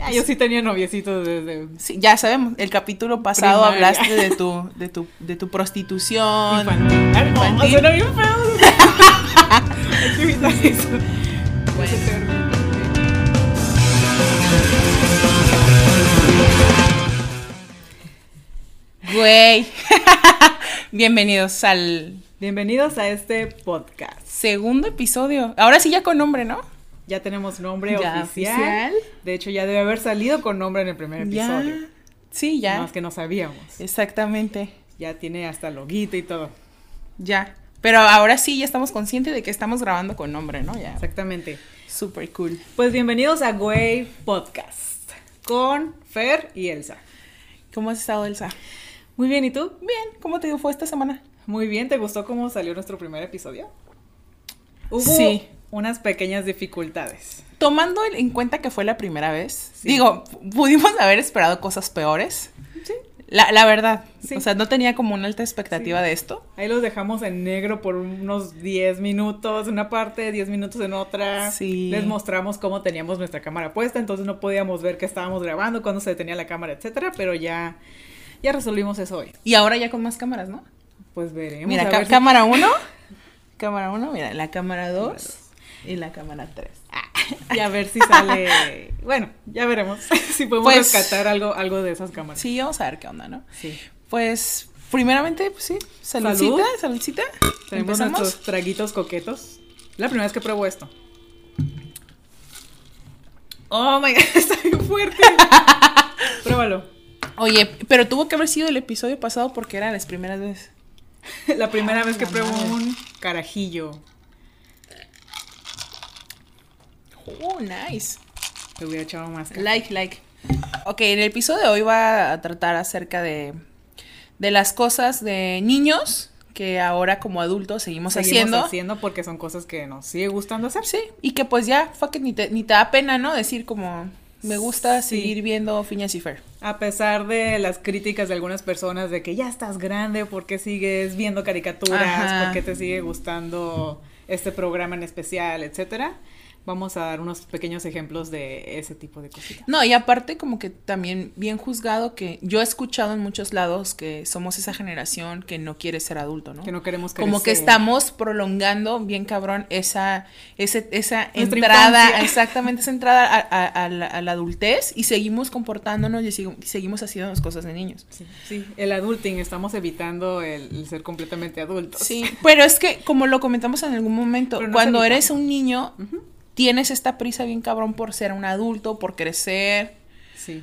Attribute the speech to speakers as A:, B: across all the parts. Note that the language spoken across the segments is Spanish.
A: Ah, yo sí tenía noviecito desde
B: Sí, ya sabemos, el capítulo pasado
A: Primaria.
B: hablaste de tu, de tu, de tu prostitución.
A: infantil. Ay, no,
B: Infantil.
A: suena bien feo. Hay que evitar eso. Ah,
B: Bueno.
A: Ese término.
B: Güey. Bienvenidos al
A: Bienvenidos a este podcast.
B: segundo episodio. Ahora sí ya con nombre, ¿no?
A: Ya tenemos nombre
B: Ya,
A: oficial.
B: oficial.
A: De hecho, ya debe haber salido con nombre en el primer episodio.
B: Sí, ya.
A: Más que no sabíamos.
B: Exactamente.
A: Ya tiene hasta loguito y todo.
B: Ya. Pero ahora sí ya estamos conscientes de que estamos grabando con nombre, ¿no? Ya.
A: Exactamente.
B: Super cool.
A: Pues bienvenidos a Güey Podcast con Fer y Elsa.
B: ¿Cómo has estado, Elsa?
A: Muy bien, ¿y tú?
B: Bien, ¿cómo te fue esta semana?
A: Muy bien, ¿te gustó cómo salió nuestro primer episodio? Hubo
B: Sí.
A: unas pequeñas dificultades.
B: Tomando en cuenta que fue la primera vez,
A: Sí.
B: digo, pu- pudimos haber esperado cosas peores.
A: Sí.
B: La, la verdad,
A: Sí.
B: o sea, no tenía como una alta expectativa
A: Sí.
B: de esto.
A: Ahí los dejamos en negro por unos 10 minutos en una parte, 10 minutos en otra.
B: Sí.
A: Les mostramos cómo teníamos nuestra cámara puesta, entonces no podíamos ver qué estábamos grabando, cuándo se detenía la cámara, etcétera, pero ya ya resolvimos eso hoy.
B: Y ahora ya con más cámaras, ¿no?
A: Pues veremos.
B: mira,
A: a
B: ca-
A: ver si-
B: cámara 1, cámara 1, mira, la cámara 2 y la cámara 3.
A: y a ver si sale. bueno, ya veremos si podemos
B: Pues-
A: rescatar algo, algo de esas cámaras.
B: Sí, vamos a ver qué onda, ¿no?
A: Sí.
B: Pues, primeramente, pues sí, saludcita,
A: Salud.
B: saludcita.
A: Tenemos
B: Empezamos.
A: nuestros traguitos coquetos. La primera vez que pruebo esto. Oh my god, está bien fuerte. Pruébalo.
B: Oye, pero tuvo que haber sido el episodio pasado porque eran las primeras veces.
A: La primera vez que
B: la
A: pruebo
B: madre.
A: un carajillo.
B: Oh, nice.
A: Te hubiera echado más. ca-
B: Like, like. Ok, en el episodio de hoy va a tratar acerca de, de las cosas de niños que ahora como adultos seguimos,
A: Seguimos
B: haciendo.
A: haciendo porque son cosas que nos sigue gustando hacer.
B: Sí, y que pues ya, fuck it, ni te, ni te da pena, ¿no? Decir como, me gusta
A: Sí.
B: seguir viendo Phineas y Fer.
A: A pesar de las críticas de algunas personas de que ya estás grande, ¿por qué sigues viendo caricaturas?
B: Ajá.
A: ¿Por qué te sigue gustando este programa en especial, etcétera? Vamos a dar unos pequeños ejemplos de ese tipo de cositas.
B: No, y aparte como que también bien juzgado que yo he escuchado en muchos lados que somos esa generación que no quiere ser adulto, ¿no?
A: Que no queremos
B: como que
A: crecer.
B: estamos prolongando bien cabrón esa, ese- esa
A: Nuestra
B: entrada,
A: infancia.
B: exactamente esa entrada a, a- a la, a la adultez y seguimos comportándonos y sigu- seguimos haciendo las cosas de niños.
A: Sí, sí, el adulting, estamos evitando el, el ser completamente adultos.
B: Sí, pero es que como lo comentamos en algún momento,
A: Pero no
B: cuando
A: se evita.
B: eres un niño tienes esta prisa bien cabrón por ser un adulto, por crecer,
A: Sí.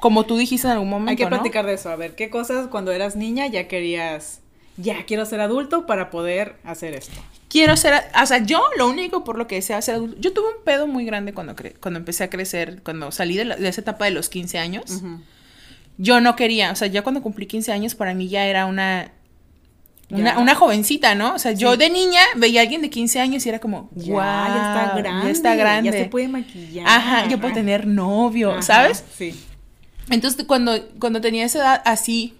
B: como tú dijiste en algún momento,
A: Hay que
B: ¿no?
A: platicar de eso, a ver, ¿qué cosas cuando eras niña ya querías, ya quiero ser adulto para poder hacer esto?
B: quiero ser, a- o sea, yo lo único por lo que deseo ser adulto, yo tuve un pedo muy grande cuando, cre- cuando empecé a crecer, cuando salí de, la- de esa etapa de los 15 años, yo no quería, o sea, ya cuando cumplí 15 años para mí ya era una... Una,
A: Ya.
B: una jovencita, ¿no? O sea, yo
A: Sí.
B: de niña veía a alguien de 15 años y era como,
A: Ya,
B: wow,
A: ya está grande.
B: Ya está grande.
A: Ya se puede maquillar.
B: Ajá, yo puedo tener novio,
A: Ajá,
B: ¿sabes?
A: Sí.
B: Entonces, cuando, cuando tenía esa edad, así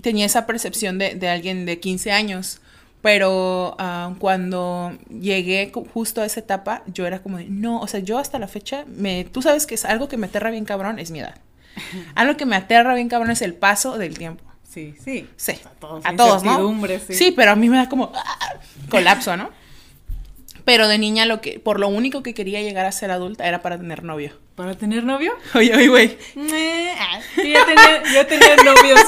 B: tenía esa percepción de, de alguien de 15 años. Pero ah, cuando llegué cu- justo a esa etapa, yo era como de, no, o sea, yo hasta la fecha, me, tú sabes que es algo que me aterra bien cabrón, es mi edad. Algo que me aterra bien cabrón es el paso del tiempo.
A: Sí, sí.
B: Sí,
A: A todos.
B: a todos, ¿no?
A: incertidumbre, sí.
B: Sí, pero a mí me da como ah, colapso, ¿no? Pero de niña, lo que, por lo único que quería llegar a ser adulta era para tener novio.
A: ¿Para tener novio?
B: Oye, oye, güey,
A: Eh, ah, sí, yo, tenía, yo tenía novios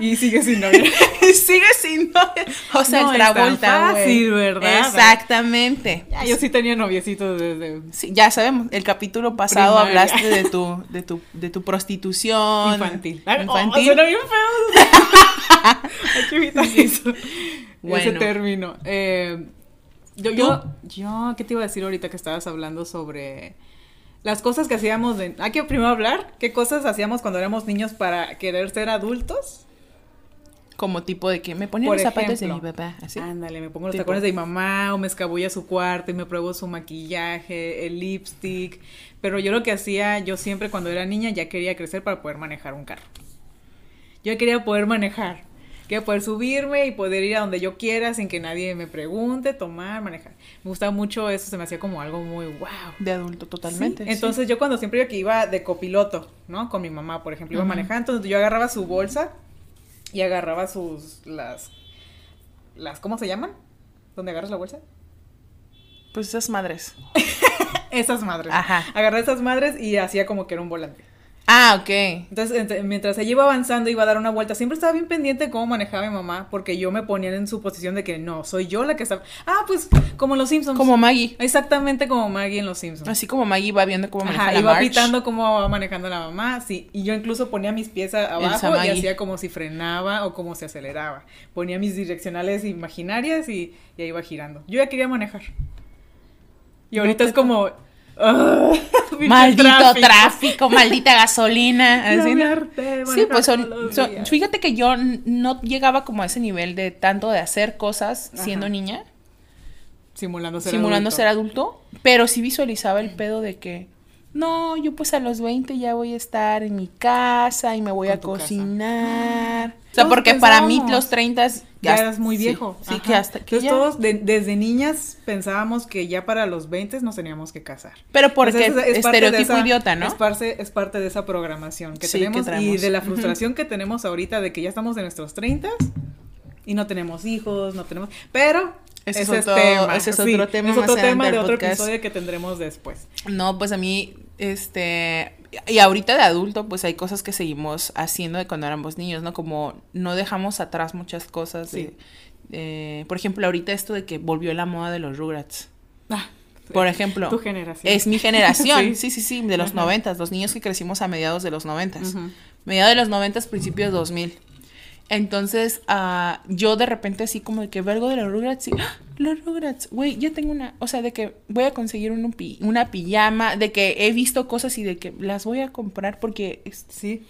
A: y sigue sin novio.
B: Sigue sin novia. O sea,
A: No
B: el
A: es tan
B: Travolta, güey.
A: fácil, ¿verdad?
B: Exactamente.
A: Ya, yo sí tenía noviecitos desde
B: Sí, ya sabemos, el capítulo pasado
A: Primaria.
B: hablaste de tu, de tu, de tu prostitución.
A: infantil.
B: Infantil.
A: Oh, suena bien feo. Hay que evitar eso. Ese
B: Bueno.
A: término. Eh, yo,
B: ¿Tú?
A: yo, yo, ¿qué te iba a decir ahorita que estabas hablando sobre las cosas que hacíamos? De, hay que primero hablar qué cosas hacíamos cuando éramos niños para querer ser adultos.
B: Como tipo de que me ponía
A: Por
B: los zapatos de mi
A: ejemplo. Ah.
B: papá. Así.
A: Ándale, me pongo los
B: Tipo.
A: tacones de mi mamá o me escabullo a su cuarto y me pruebo su maquillaje, el lipstick. Pero yo lo que hacía, yo siempre cuando era niña ya quería crecer para poder manejar un carro. Yo quería poder manejar. que poder subirme y poder ir a donde yo quiera sin que nadie me pregunte, tomar, manejar. Me gustaba mucho eso, se me hacía como algo muy wow.
B: De adulto, totalmente.
A: Sí. Entonces yo cuando siempre que iba de copiloto, ¿no? Con mi mamá, por ejemplo, iba
B: Ujú.
A: manejando, entonces yo agarraba su bolsa y agarraba sus las las ¿cómo se llaman? ¿Dónde agarras la bolsa?
B: Pues esas madres.
A: Esas madres.
B: Ajá.
A: Agarré esas madres y hacía como que era un volante.
B: Ah, ok.
A: Entonces, ent- mientras ella iba avanzando, iba a dar una vuelta. Siempre estaba bien pendiente de cómo manejaba mi mamá, porque yo me ponía en su posición de que no, soy yo la que estaba. Ah, pues como en los Simpsons.
B: Como Maggie.
A: Exactamente como Maggie en los Simpsons.
B: Así como Maggie va viendo cómo maneja
A: Ajá,
B: la
A: iba
B: March.
A: pitando cómo va manejando la mamá, sí. Y yo incluso ponía mis pies a- abajo y
B: Samagui.
A: hacía como si frenaba o como si aceleraba. Ponía mis direccionales imaginarias y ya iba girando. Yo ya quería manejar. Y ahorita es como... "Ah, pinche
B: Maldito tráfico. maldita gasolina.
A: Ya
B: Así,
A: me
B: ¿no?
A: harté de
B: Sí,
A: manejar
B: pues
A: todos
B: son,
A: los
B: son-
A: días.
B: Fíjate que yo n- no llegaba como a ese nivel de tanto de hacer cosas
A: Ajá.
B: siendo niña,
A: Simulando ser
B: simulando
A: adulto.
B: ser adulto, pero sí visualizaba el pedo de que no, yo pues a los 20 ya voy a estar en mi casa y me voy
A: Con
B: a
A: tu casa. Ah,
B: cocinar. O sea,
A: Todos
B: porque para mí
A: pensábamos.
B: los 30
A: Ya
B: hasta-
A: eras muy
B: sí,
A: viejo.
B: Sí,
A: ajá.
B: que hasta que
A: Entonces
B: ya-
A: todos de- desde niñas pensábamos que ya para los 20 nos teníamos que casar.
B: Pero
A: Pues esa-
B: porque
A: es parte de
B: estereotipo
A: esa-
B: idiota, ¿no?
A: Es parte, es parte de esa programación que
B: Sí, que
A: tenemos y
B: traemos.
A: de la frustración que tenemos ahorita de que ya estamos en nuestros 30 y no tenemos hijos, no tenemos... Pero...
B: Ese es
A: ese
B: otro- ese es otro tema
A: es
B: más
A: otro tema
B: adelante
A: de
B: del
A: otro
B: podcast.
A: episodio que tendremos después.
B: No, pues a mí, este, y ahorita de adulto, pues hay cosas que seguimos haciendo de cuando éramos niños, ¿no? Como no dejamos atrás muchas cosas. de-
A: Sí.
B: eh, por ejemplo, ahorita esto de que volvió la moda de los Rugrats.
A: Ah,
B: Por ejemplo,
A: tu generación.
B: es mi generación, sí,
A: Sí.
B: sí, sí, de los
A: Ajá.
B: noventas, los niños que crecimos a mediados de los noventas.
A: Ujú.
B: Mediados de los noventas, principios 2000. Entonces, ah, yo de repente así como de que veo algo de los Rugrats y ¡ah! los Rugrats, güey, ya tengo una, o sea, de que voy a conseguir un pi- una pijama, de que he visto cosas y de que las voy a comprar porque es-
A: Sí.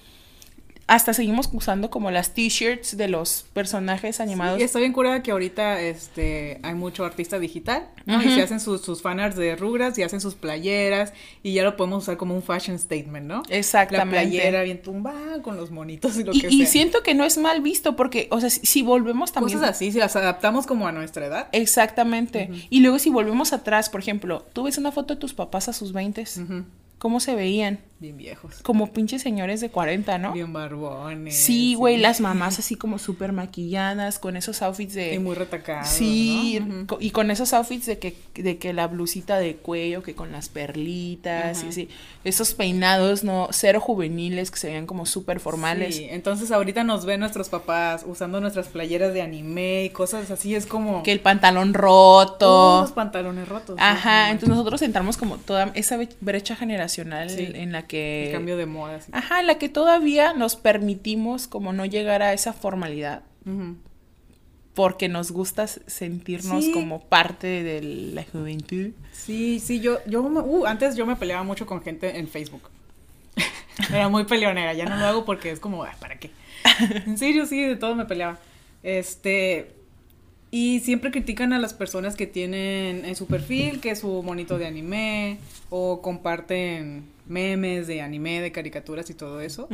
B: hasta seguimos usando como las t-shirts de los personajes animados.
A: Y está bien curada que ahorita este hay mucho artista digital, ¿no? Y
B: Ujú.
A: se hacen sus, sus fanarts de Rugrats y hacen sus playeras y ya lo podemos usar como un fashion statement, ¿no? La
B: Exactamente.
A: playera bien tumbada con los monitos y lo
B: y,
A: que
B: y
A: sea.
B: siento que no es mal visto porque, o sea, si, si volvemos también...
A: Cosas así, si las adaptamos como a nuestra edad.
B: Exactamente. Y luego si volvemos atrás, por ejemplo, tú ves una foto de tus papás a sus 20,
A: Ujú.
B: ¿cómo se veían?
A: Bien viejos.
B: Como pinches señores de 40, ¿no?
A: Bien barbones.
B: Sí, güey, las mamás así como súper maquilladas, con esos outfits de...
A: Y muy retacados.
B: sí,
A: ¿no? Ujú.
B: co- y con esos outfits de que, de que la blusita de cuello, que con las perlitas,
A: Ajá.
B: y así. Esos peinados, ¿no? Cero juveniles, que se veían como súper formales.
A: Sí, entonces ahorita nos ven nuestros papás usando nuestras playeras de anime y cosas así, es como
B: Que el pantalón roto.
A: todos los pantalones rotos.
B: Ajá,
A: ¿no?
B: entonces nosotros entramos como toda esa be- brecha generacional
A: Sí,
B: en la
A: El cambio
B: que...
A: de moda. sí.
B: Ajá, en la que todavía nos permitimos como no llegar a esa formalidad
A: Ujú.
B: porque nos gusta s- sentirnos
A: Sí.
B: como parte de la juventud.
A: Sí, sí, yo, yo, me- uh, antes yo me peleaba mucho con gente en Facebook. Era muy peleonera, ya no lo hago porque es como, "Ah, ¿para qué? En serio, sí, de todo me peleaba. Este, y siempre critican a las personas que tienen en su perfil, que es su monito de anime, o comparten memes de anime, de caricaturas y todo eso.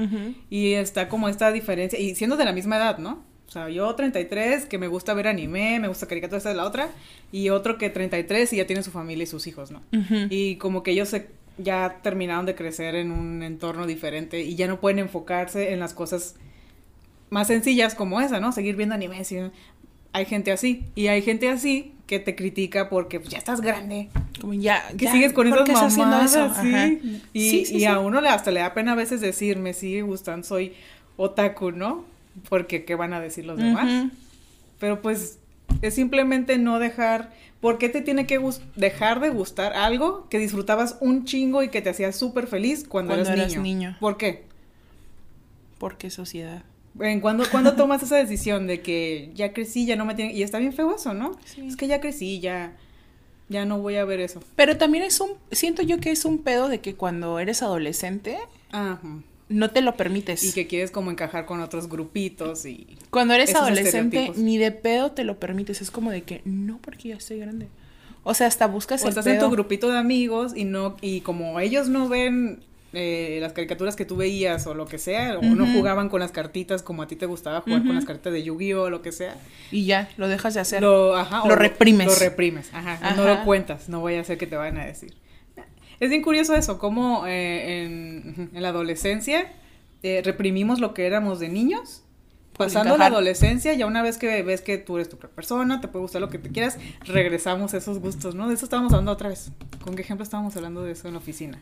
A: Y está como esta diferencia, y siendo de la misma edad, ¿no? O sea, yo 33, que me gusta ver anime, me gusta caricatura, esta es la otra, y otro que 33 y ya tiene su familia y sus hijos, ¿no?
B: Ujú.
A: Y como que ellos se, ya terminaron de crecer en un entorno diferente y ya no pueden enfocarse en las cosas más sencillas como esa, ¿no? Seguir viendo anime. si- hay gente así, y hay gente así que te critica porque pues, ya estás grande,
B: Como ya...
A: que
B: ya,
A: sigues con
B: ¿por
A: esas
B: qué estás
A: mamadas,
B: haciendo
A: sí.
B: Ajá.
A: Y,
B: Sí, sí,
A: y
B: sí.
A: a uno le- hasta le da pena a veces decir, me sigue gustando, soy otaku, ¿no? Porque qué van a decir los demás.
B: Ujú.
A: Pero pues es simplemente no dejar, ¿por qué te tiene que gus- dejar de gustar algo que disfrutabas un chingo y que te hacía súper feliz cuando,
B: Cuando
A: eras
B: eras
A: niño?
B: niño.
A: ¿Por qué?
B: Porque sociedad.
A: ¿En cuándo, cuándo tomas esa decisión de que ya crecí, ya no me tiene y está bien feo eso, ¿no?
B: Sí.
A: Es que ya crecí, ya ya no voy a ver eso.
B: Pero también es un... Siento yo que es un pedo de que cuando eres adolescente
A: Ajá.
B: no te lo permites.
A: y que quieres como encajar con otros grupitos y
B: Cuando eres
A: Esos
B: adolescente,
A: estereotipos.
B: ni de pedo te lo permites. Es como de que, no, porque ya estoy grande. O sea, hasta buscas
A: o
B: el
A: estás en
B: pedo.
A: tu grupito de amigos y no y como ellos no ven eh, las caricaturas que tú veías o lo que sea, o no
B: Ujú.
A: jugaban con las cartitas como a ti te gustaba jugar con
B: Ujú.
A: las cartas de Yu-Gi-Oh o lo que sea.
B: Y ya, lo dejas de hacer.
A: Lo, ajá, o
B: lo reprimes.
A: Lo reprimes, ajá, No
B: Ajá.
A: lo cuentas, no voy a hacer que te vayan a decir. Es bien curioso eso, cómo eh, en, en la adolescencia eh, reprimimos lo que éramos de niños.
B: Por
A: Pasando Pues la
B: encajar.
A: adolescencia, ya una vez que ves que tú eres tu propia persona, te puede gustar lo que te quieras, regresamos a esos gustos, ¿no? De eso estábamos hablando otra vez. ¿Con qué ejemplo estábamos hablando de eso en la oficina?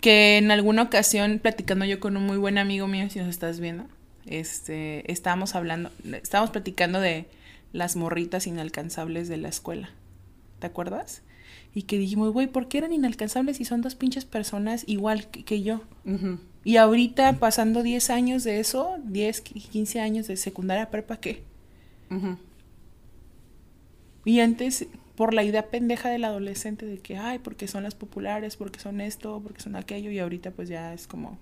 B: que en alguna ocasión platicando yo con un muy buen amigo mío, si nos estás viendo, este, estábamos hablando, estábamos platicando de las morritas inalcanzables de la escuela. ¿Te acuerdas? Y que dijimos, güey, ¿por qué eran inalcanzables si son dos pinches personas igual que, que yo?
A: Ujú.
B: Y ahorita pasando 10 años de eso, 10, 15 años de secundaria prepa, ¿qué?
A: Ujú.
B: Y antes, por la idea pendeja del adolescente de que, ay, porque son las populares, porque son esto, porque son aquello, y ahorita pues ya es como,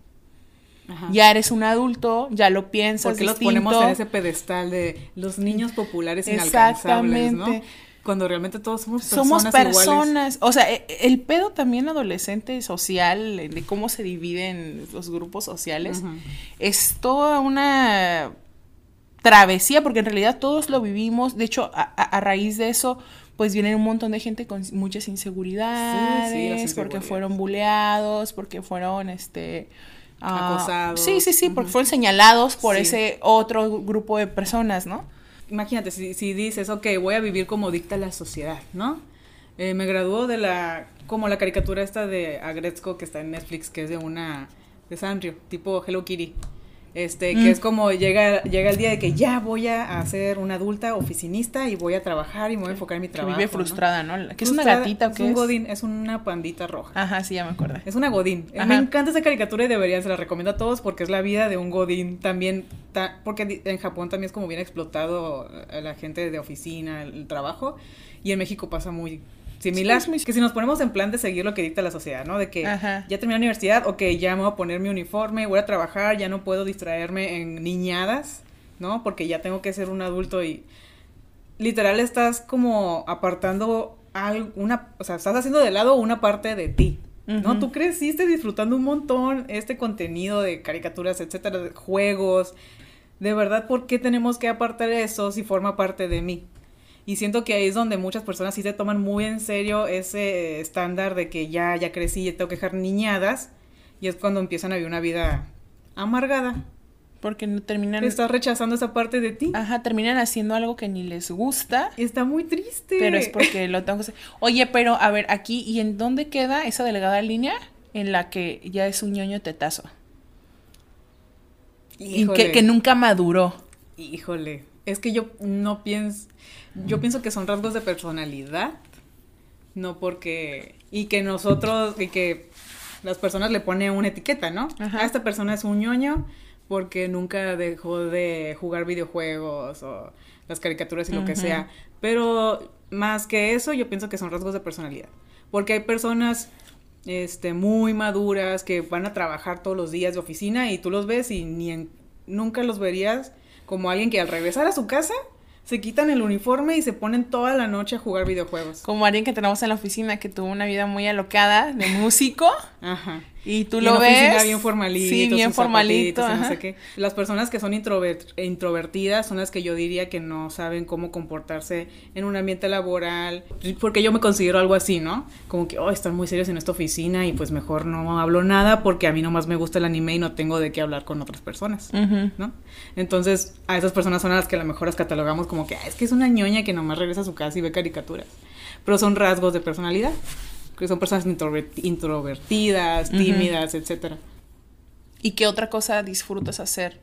A: Ajá.
B: ya eres un adulto, ya lo piensas.
A: Porque los
B: distinto.
A: ponemos en ese pedestal de los niños populares inalcanzables, ¿no?
B: Exactamente.
A: Cuando realmente todos somos personas
B: Somos
A: iguales.
B: personas. O sea, e- el pedo también adolescente social, eh, de cómo se dividen los grupos sociales,
A: Ujú.
B: es toda una travesía, porque en realidad todos lo vivimos. De hecho, a, a- a raíz de eso, pues vienen un montón de gente con muchas inseguridades, porque
A: inseguridades.
B: fueron buleados, porque fueron, este... ah,
A: Acosados.
B: Sí, sí, sí, porque
A: Ujú.
B: fueron señalados por
A: Sí.
B: ese otro grupo de personas, ¿no?
A: Imagínate, si, si dices, ok, voy a vivir como dicta la sociedad, ¿no? Eh, me graduó de la, como la caricatura esta de Agretzko que está en Netflix, que es de una, de Sanrio, tipo Hello Kitty. Este,
B: Mm.
A: que es como llega, llega el día de que ya voy a ser una adulta oficinista y voy a trabajar y me voy a enfocar en mi trabajo.
B: que vive
A: ¿no?
B: frustrada, ¿no? La- Que es una
A: Frustrada,
B: gatita o qué
A: Es
B: es?
A: un godín, es una pandita roja.
B: Ajá, sí, ya me acordé.
A: Es una Godín. Eh,
B: Ajá.
A: Me encanta esa caricatura y deberían, se la recomiendo a todos porque es la vida de un Godín también. ta- porque di- en Japón también es como bien explotado eh, la gente de oficina, el, el trabajo. Y en México pasa muy similar.
B: Sí, es muy-
A: Que si nos ponemos en plan de seguir lo que dicta la sociedad, ¿no? De que
B: Ajá.
A: ya terminé la universidad, ok, ya me voy a poner mi uniforme, voy a trabajar, ya no puedo distraerme en niñadas, ¿no? Porque ya tengo que ser un adulto y literal estás como apartando alguna, o sea, estás haciendo de lado una parte de ti. ¿No?
B: Ujú.
A: Tú creciste disfrutando un montón este contenido de caricaturas, etcétera, de juegos. De verdad, ¿por qué tenemos que apartar eso si forma parte de mí? Y siento que ahí es donde muchas personas sí se toman muy en serio ese eh, estándar de que ya, ya crecí, ya tengo que dejar niñadas. Y es cuando empiezan a vivir una vida amargada.
B: Porque no terminan.
A: Estás rechazando esa parte de ti.
B: Ajá, terminan haciendo algo que ni les gusta.
A: Está muy triste.
B: Pero es porque lo tengo que hacer. Oye, pero a ver, aquí, ¿y en dónde queda esa delgada línea en la que ya es un ñoño tetazo? Y
A: Híjole.
B: que, que nunca maduró.
A: Híjole, es que yo no pienso, yo pienso que son rasgos de personalidad, no porque, y que nosotros, y que las personas le ponen una etiqueta, ¿no?
B: Ajá.
A: A esta persona es un ñoño porque nunca dejó de jugar videojuegos o las caricaturas y lo que
B: Ujú.
A: sea, pero más que eso yo pienso que son rasgos de personalidad, porque hay personas este, muy maduras que van a trabajar todos los días de oficina y tú los ves y ni en- nunca los verías como alguien que al regresar a su casa se quitan el uniforme y se ponen toda la noche a jugar videojuegos.
B: Como alguien que tenemos en la oficina que tuvo una vida muy alocada de músico
A: Ajá.
B: y tú
A: Y en
B: lo
A: oficina
B: ves.
A: bien formalito.
B: Sí,
A: sus
B: bien
A: zapatitos
B: formalito.
A: y no
B: ajá.
A: sé qué. Las personas que son introver- introvertidas son las que yo diría que no saben cómo comportarse en un ambiente laboral. Porque yo me considero algo así, ¿no? Como que, oh, están muy serios en esta oficina y pues mejor no hablo nada porque a mí nomás me gusta el anime y no tengo de qué hablar con otras personas.
B: Ujú.
A: ¿no? Entonces, a esas personas son a las que a lo mejor las catalogamos como que "Ah, es que es una ñoña que nomás regresa a su casa y ve caricaturas. Pero son rasgos de personalidad, que son personas introver- introvertidas,
B: Ujú.
A: tímidas, etcétera.
B: ¿Y qué otra cosa disfrutas hacer?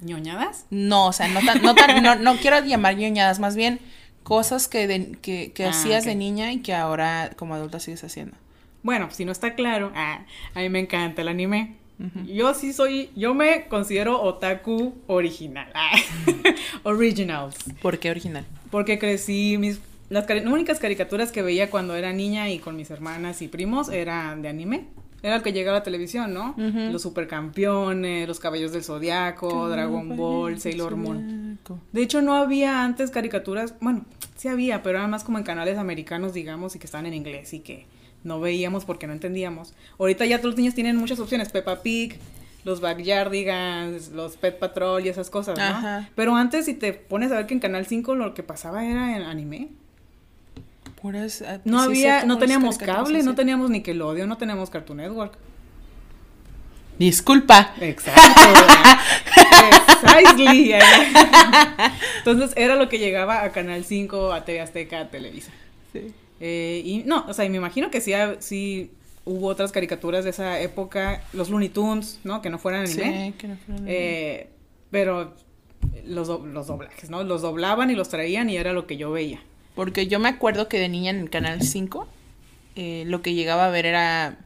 A: ¿Ñoñadas?
B: No, o sea, no tan, no tan, no, no quiero llamar ñoñadas, más bien cosas que, de- que, que
A: Ah,
B: hacías de
A: ok.
B: niña y que ahora como adulta sigues haciendo.
A: Bueno, si no está claro, ah, a mí me encanta el anime. Yo sí soy, yo me considero otaku original. ah, Originals.
B: ¿Por qué original?
A: Porque crecí, mis, las cari- únicas caricaturas que veía cuando era niña y con mis hermanas y primos eran de anime. Era el que llegaba a la televisión, ¿no?
B: Ujú.
A: Los supercampeones, los caballos del zodiaco, Oh, Dragon Ball, Sailor Moon. De hecho, no había antes caricaturas, bueno, sí había, pero eran más como en canales americanos, digamos, y que estaban en inglés y que no veíamos porque no entendíamos. Ahorita ya todos los niños tienen muchas opciones, Peppa Pig, los Backyardigans, los Pet Patrol y esas cosas, ¿no?
B: Ajá.
A: Pero antes si te pones a ver que en Canal 5 lo que pasaba era en anime.
B: Puras, ah,
A: No
B: sí,
A: había,
B: cierto,
A: no
B: puras
A: teníamos
B: caricaturas,
A: cable,
B: sí,
A: no
B: cierto.
A: teníamos Nickelodeon, no teníamos Cartoon Network.
B: Disculpa.
A: Exacto. Precisely. Entonces era lo que llegaba a Canal 5, a TV Azteca, a Televisa.
B: Sí.
A: Eh, y no, o sea, y me imagino que sí, ha- sí hubo otras caricaturas de esa época, los Looney Tunes, ¿no? Que no fueran anime.
B: Sí, que no fueron anime.
A: Eh, pero los, do- los doblajes, ¿no? Los doblaban y los traían y era lo que yo veía.
B: Porque yo me acuerdo que de niña en el canal 5 eh, lo que llegaba a ver era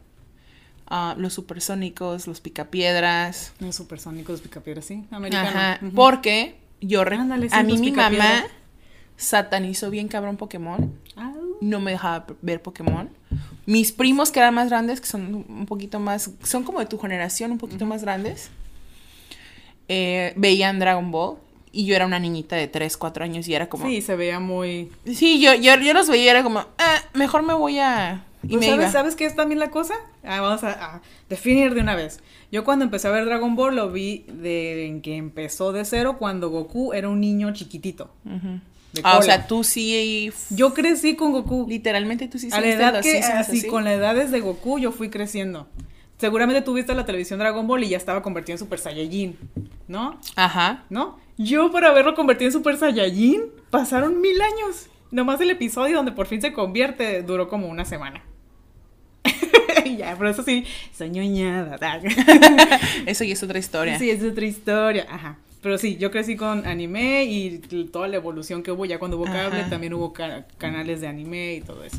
B: ah, los supersónicos, los picapiedras.
A: Los supersónicos, picapiedras, sí, americano.
B: Ajá,
A: Ujú.
B: porque yo re-
A: Ándale, sí, pues
B: a mí
A: los
B: mi mamá
A: picapiedras.
B: satanizó bien cabrón Pokémon,
A: Au.
B: no me dejaba p- ver Pokémon. Mis primos que eran más grandes, que son un poquito más, son como de tu generación, un poquito más grandes, eh, veían Dragon Ball y yo era una niñita de 3, 4 años y era como...
A: Sí,
B: Sí,
A: se veía muy...
B: yo, yo, yo los veía y era como, "Ah, mejor me voy a... Y
A: Pues,
B: me
A: ¿sabes,
B: iba.
A: ¿Sabes qué es también la cosa? Ah, vamos a, a definir de una vez. Yo cuando empecé a ver Dragon Ball lo vi de en que empezó de cero cuando Goku era un niño chiquitito.
B: Ujú.
A: de
B: Ah, o
A: cola.
B: sea, tú sí,
A: Yo crecí con Goku.
B: literalmente tú sí
A: a la
B: saliste de
A: edad
B: los
A: que,
B: Simpsons,
A: así, con las edades de Goku, yo fui creciendo. Seguramente tú viste la televisión Dragon Ball y ya estaba convertido en Super Saiyajin, ¿no?
B: Ajá.
A: ¿No? Yo para verlo convertido en Super Saiyajin pasaron mil años. Nomás el episodio donde por fin se convierte duró como una semana. Y ya, pero eso sí, soy ñoñada.
B: Eso ya es otra historia.
A: Sí, es otra historia. Ajá. Pero sí, yo crecí con anime y l- toda la evolución que hubo. Ya cuando hubo cable,
B: Ajá.
A: también hubo ca- canales de anime y todo eso.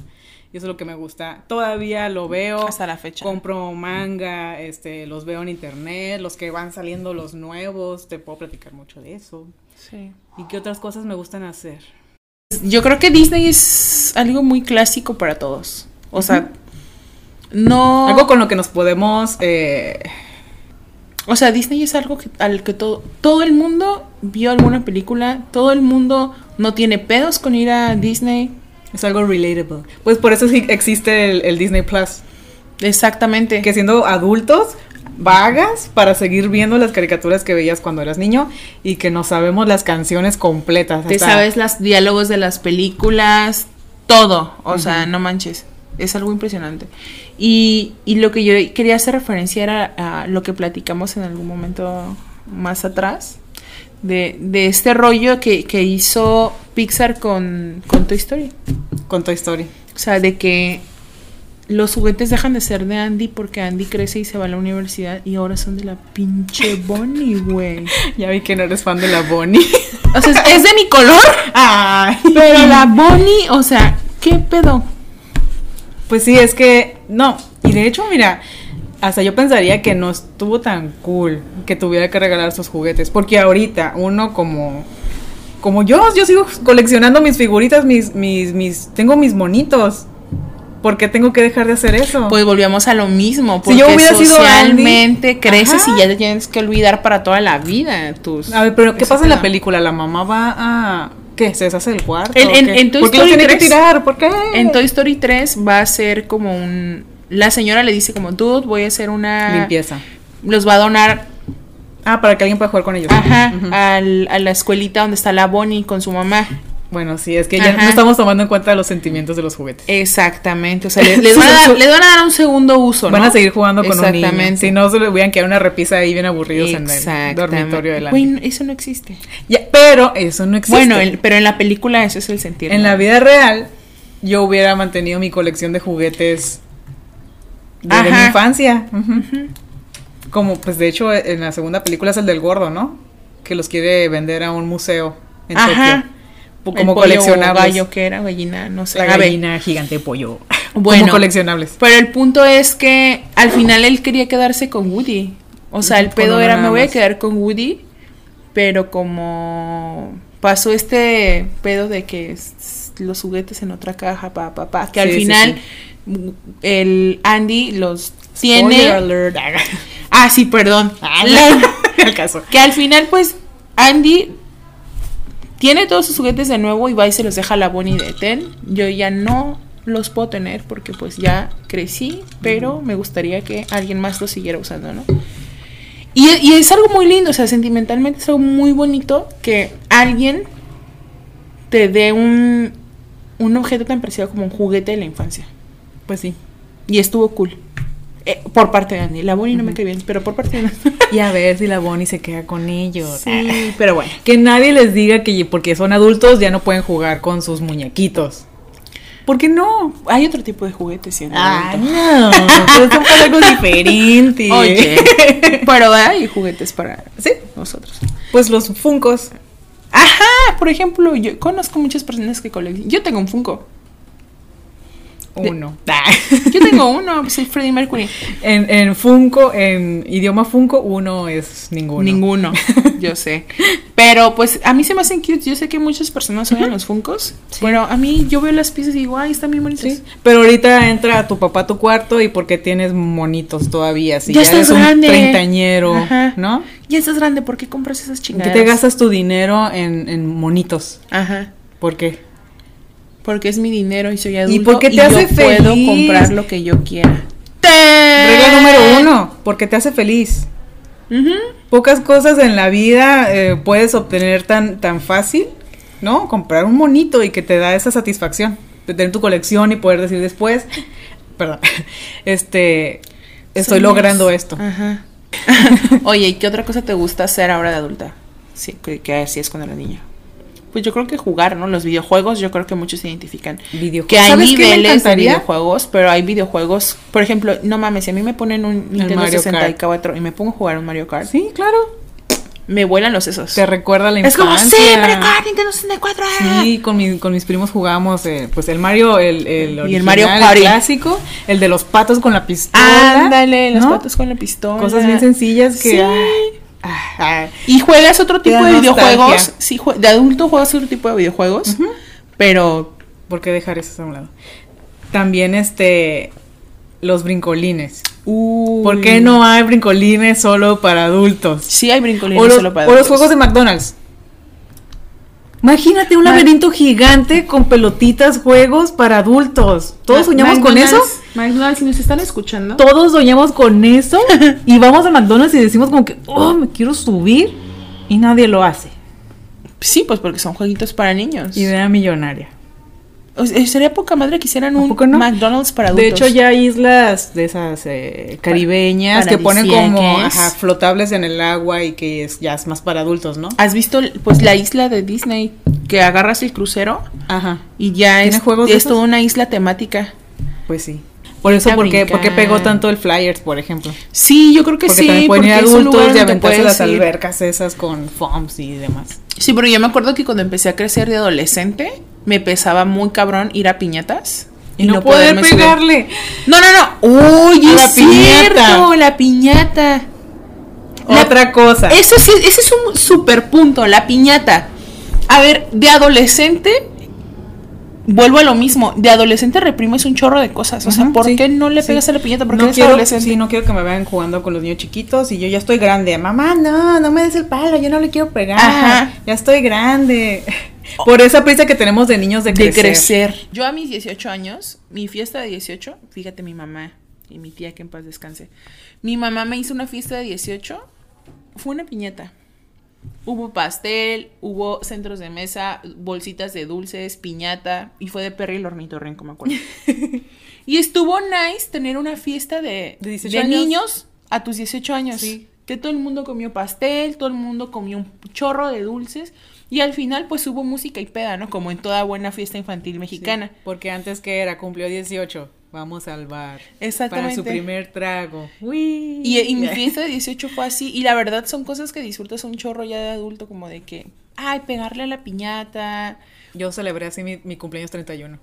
A: Y eso es lo que me gusta. Todavía lo veo.
B: Hasta la fecha.
A: Compro manga, este, los veo en internet, los que van saliendo los nuevos. Te puedo platicar mucho de eso. ¿Y qué otras cosas me gustan hacer?
B: Yo creo que Disney es algo muy clásico para todos. O sea, no.
A: Algo con lo que nos podemos... eh,
B: O sea, Disney es algo que, al que todo, todo el mundo vio alguna película. Todo el mundo no tiene pedos con ir a Disney.
A: es algo relatable. Pues por eso sí existe el, el Disney Plus.
B: Exactamente.
A: Que siendo adultos, vagas para seguir viendo las caricaturas que veías cuando eras niño y que no sabemos las canciones completas.
B: Te
A: hasta-
B: sabes los diálogos de las películas, todo. O sea,
A: Ujú.
B: no manches. Es algo impresionante. Y, y lo que yo quería hacer referencia era a lo que platicamos en algún momento más atrás. De, de este rollo que, que hizo Pixar con, con Toy Story.
A: Con Toy Story.
B: O sea, de que los juguetes dejan de ser de Andy porque Andy crece y se va a la universidad y ahora son de la pinche Bonnie, güey.
A: Ya vi que no eres fan de la Bonnie.
B: O sea, es de mi color.
A: Ay.
B: Pero la Bonnie, o sea, ¿qué pedo?
A: Pues sí, es que no. Y de hecho, mira, hasta yo pensaría que no estuvo tan cool que tuviera que regalar sus juguetes. Porque ahorita uno como... Como yo, yo sigo coleccionando mis figuritas, mis, mis, mis, tengo mis monitos. ¿Por qué tengo que dejar de hacer eso?
B: Pues volvíamos a lo mismo, porque
A: Si yo hubiera sido
B: socialmente
A: Andy,
B: creces
A: ajá.
B: y ya te tienes que olvidar para toda la vida tus...
A: a ver, pero ¿qué
B: ese
A: pasa en la
B: pedo.
A: película? La mamá va a... ¿Qué? ¿Se deshace el cuarto?
B: En-
A: o
B: en-
A: qué?
B: en Toy
A: ¿Por qué lo
B: Story
A: tiene que
B: 3?
A: tirar? ¿Por qué?
B: En Toy Story 3 va a ser como un... La señora le dice como, dude, voy a hacer una...
A: Limpieza.
B: Los va a donar,
A: Ah, para que alguien pueda jugar con ellos.
B: ajá,
A: Ujú.
B: al- a la escuelita donde está la Bonnie con su mamá.
A: Bueno, sí, es que ya
B: Ajá.
A: no estamos tomando en cuenta los sentimientos de los juguetes.
B: Exactamente, o sea, les, les van, a dar, les van a dar un segundo uso,
A: Van
B: ¿no?
A: a seguir jugando con un niño.
B: Exactamente.
A: Si no, se les hubieran quedado una repisa ahí bien aburridos en el
B: Exactamente.
A: dormitorio de la
B: Güey,
A: niña.
B: no- eso no existe.
A: Ya, Pero eso no existe.
B: Bueno, el- pero en la película eso es el sentido.
A: en la vida real, yo hubiera mantenido mi colección de juguetes desde
B: Ajá.
A: mi infancia. Ujú. Como, pues de hecho, en la segunda película es el del gordo, ¿no? Que los quiere vender a un museo en
B: Ajá.
A: Tokio. Como
B: coleccionaba
A: coleccionables.
B: gallo que era gallina, no sé.
A: La
B: A ver,
A: gallina gigante pollo.
B: Bueno.
A: Como coleccionables.
B: pero el punto es que al final él quería quedarse con Woody. O sea, el
A: Con
B: pedo
A: uno
B: era
A: nada
B: me voy a
A: más.
B: quedar con Woody, pero como pasó este pedo de que s- los juguetes en otra caja, pa pa pa, que al
A: Sí, sí,
B: final el Andy los
A: Spoiler
B: tiene.
A: alert.
B: Ah, sí, perdón.
A: Ah,
B: La-
A: no, al caso.
B: Que al final, pues, Andy tiene todos sus juguetes de nuevo y va y se los deja a la Bonnie de Ten. Yo ya no los puedo tener porque pues ya crecí, pero me gustaría que alguien más los siguiera usando, ¿no? Y, y es algo muy lindo, o sea, sentimentalmente es algo muy bonito que alguien te dé un, un objeto tan preciado como un juguete de la infancia.
A: Pues sí.
B: Y estuvo cool. Eh, por parte de Andy. La Bonnie no me
A: Ujú.
B: cae bien, pero por parte de Andy.
A: Y a ver si la Bonnie se queda con ellos. Ah.
B: sí, pero bueno.
A: Que nadie les diga que porque son adultos ya no pueden jugar con sus muñequitos. ¿Por qué no?
B: Hay otro tipo de juguetes, sí, en el
A: Ah,
B: momento.
A: no. Pero son para algo diferente.
B: Oye, pero hay juguetes para
A: Sí,
B: nosotros.
A: pues los funcos.
B: Ajá, por ejemplo, yo conozco muchas personas que coleccionan. Yo tengo un Funko.
A: Uno.
B: Yo tengo uno, soy Freddie Mercury.
A: ah, En, en Funko, en idioma Funko, uno es ninguno.
B: Ninguno, yo sé. Pero pues a mí se me hacen cute. Yo sé que muchas personas odian los Funcos. Pero a mí yo veo las piezas y digo, ay, están bien bonitas.
A: Sí. Pero ahorita entra tu papá a tu cuarto y porque tienes monitos todavía, si ya,
B: Ya estás
A: eres un
B: grande.
A: treintañero,
B: Ajá.
A: ¿no?
B: Y estás grande, ¿por qué compras esas
A: Que
B: chingaderas?
A: te gastas tu dinero en, en monitos.
B: Ajá.
A: ¿Por qué?
B: Porque es mi dinero y soy adulto.
A: porque te hace
B: yo puedo
A: feliz.
B: comprar lo que yo quiera.
A: Regla número uno, porque te hace feliz.
B: Eh. Ujú.
A: Pocas cosas en la vida eh, puedes obtener tan, tan fácil, ¿no? Comprar un monito y que te da esa satisfacción de tener tu colección y poder decir después, perdón, este, estoy
B: Somos- Ah.
A: logrando esto.
B: Ajá. Oye, ¿y qué otra cosa te gusta hacer ahora de adulta? Sí, que, que así es cuando era niña. Pues yo creo que jugar, ¿no? Los videojuegos, yo creo que muchos se identifican.
A: Videojuegos.
B: Que hay
A: ¿Sabes qué me
B: niveles de
A: encantaría?
B: videojuegos, pero hay videojuegos. Por ejemplo, no mames, si a mí me ponen un Nintendo
A: Mario Kart.
B: 64 y me pongo a jugar un Mario Kart,
A: Sí, claro.
B: me vuelan los sesos.
A: Te recuerda la
B: Es
A: infancia.
B: como, sí, Mario Kart, Nintendo 64. ah".
A: Sí, con, mi- con mis primos jugábamos eh, pues el Mario, el, el
B: Y el
A: original,
B: Mario
A: el
B: Party.
A: clásico, el de los patos con la pistola.
B: Ándale, los
A: ¿no?
B: patos con la pistola.
A: Cosas bien sencillas que...
B: Sí.
A: ah, ah,
B: Y juegas otro
A: Te
B: tipo
A: da
B: de videojuegos.
A: nostalgia.
B: Sí, jue- de adulto juegas otro tipo de videojuegos. Pero.
A: ah, ¿Por qué dejar eso a un lado? También este... Los brincolines. ¿Por qué no hay brincolines solo para adultos?
B: Sí, hay brincolines
A: O los,
B: solo para
A: o los
B: adultos.
A: juegos de McDonald's. Imagínate un
B: Ma-
A: laberinto gigante con pelotitas, juegos para adultos. ¿Todos
B: Ma-
A: soñamos con eso?
B: McDonald's- McDonald's, si nos están escuchando.
A: Todos soñamos con eso y vamos a McDonald's y decimos como que, oh, me quiero subir y nadie lo hace.
B: Sí, pues porque son jueguitos para niños.
A: Idea millonaria.
B: O sea, sería poca madre que hicieran
A: ¿A
B: un
A: poco no?
B: McDonald's para
A: De
B: adultos.
A: hecho ya hay islas de esas eh, caribeñas que ponen como
B: Paradisíacas.
A: ajá, flotables en el agua y que es- ya es más para adultos, ¿no?
B: ¿Has visto pues la isla de Disney que agarras el crucero
A: Ajá.
B: y ya
A: ¿Tiene
B: es,
A: juegos de
B: es
A: esos?
B: toda una isla temática?
A: Pues sí. Por eso,
B: A
A: ¿por qué,
B: brincar.
A: por qué pegó tanto el Flyers, por ejemplo?
B: Sí, yo creo que
A: Porque
B: sí.
A: también pueden ir
B: porque es un lugar
A: adultos y
B: donde
A: aventarse
B: puedes
A: las
B: ir.
A: albercas esas con foams y demás.
B: Sí, pero yo me acuerdo que cuando empecé a crecer de adolescente, me pesaba muy cabrón ir a piñatas.
A: Y, no, poder
B: poderme subir.
A: pegarle.
B: No, no, no. Uy,
A: A
B: es
A: la
B: cierto,
A: piñata.
B: la piñata. La-
A: Otra cosa.
B: Eso sí, ese es un super punto, la piñata. A ver, de adolescente, vuelvo a lo mismo. De adolescente reprimes un chorro de cosas. O sea,
A: Ujú,
B: ¿por
A: sí,
B: qué no le
A: sí.
B: pegas a la piñata? Porque
A: no
B: eres
A: quiero,
B: adolescente.
A: sí, no quiero que me vean jugando con los niños chiquitos y yo ya estoy grande. Mamá, no, no me des el palo, yo no le quiero pegar.
B: Ajá.
A: Ya estoy grande. Por esa prisa que tenemos de niños de
B: de
A: crecer.
B: crecer. Yo a mis 18 años, mi fiesta de 18, fíjate mi mamá y mi tía que en paz descanse. Mi mamá me hizo una fiesta de 18, fue una piñata. Hubo pastel, hubo centros de mesa, bolsitas de dulces, piñata y fue de Perry el ornitorrinco, me acuerdo. y estuvo nice tener una fiesta de,
A: De
B: de,
A: 18 años.
B: niños a tus 18 años.
A: Sí.
B: Que todo el mundo comió pastel, todo el mundo comió un chorro de dulces. Y al final, pues hubo música y peda, ¿no? Como en toda buena fiesta infantil
A: Sí,
B: mexicana.
A: porque antes que era, cumplió 18. Vamos al bar. Para
B: Exactamente.
A: su primer trago. Uy.
B: Y, y mi fiesta de 18 fue así. Y la verdad son cosas que disfrutas un chorro ya de adulto, como de que, ay, pegarle a la piñata.
A: Yo celebré así mi, mi cumpleaños 31.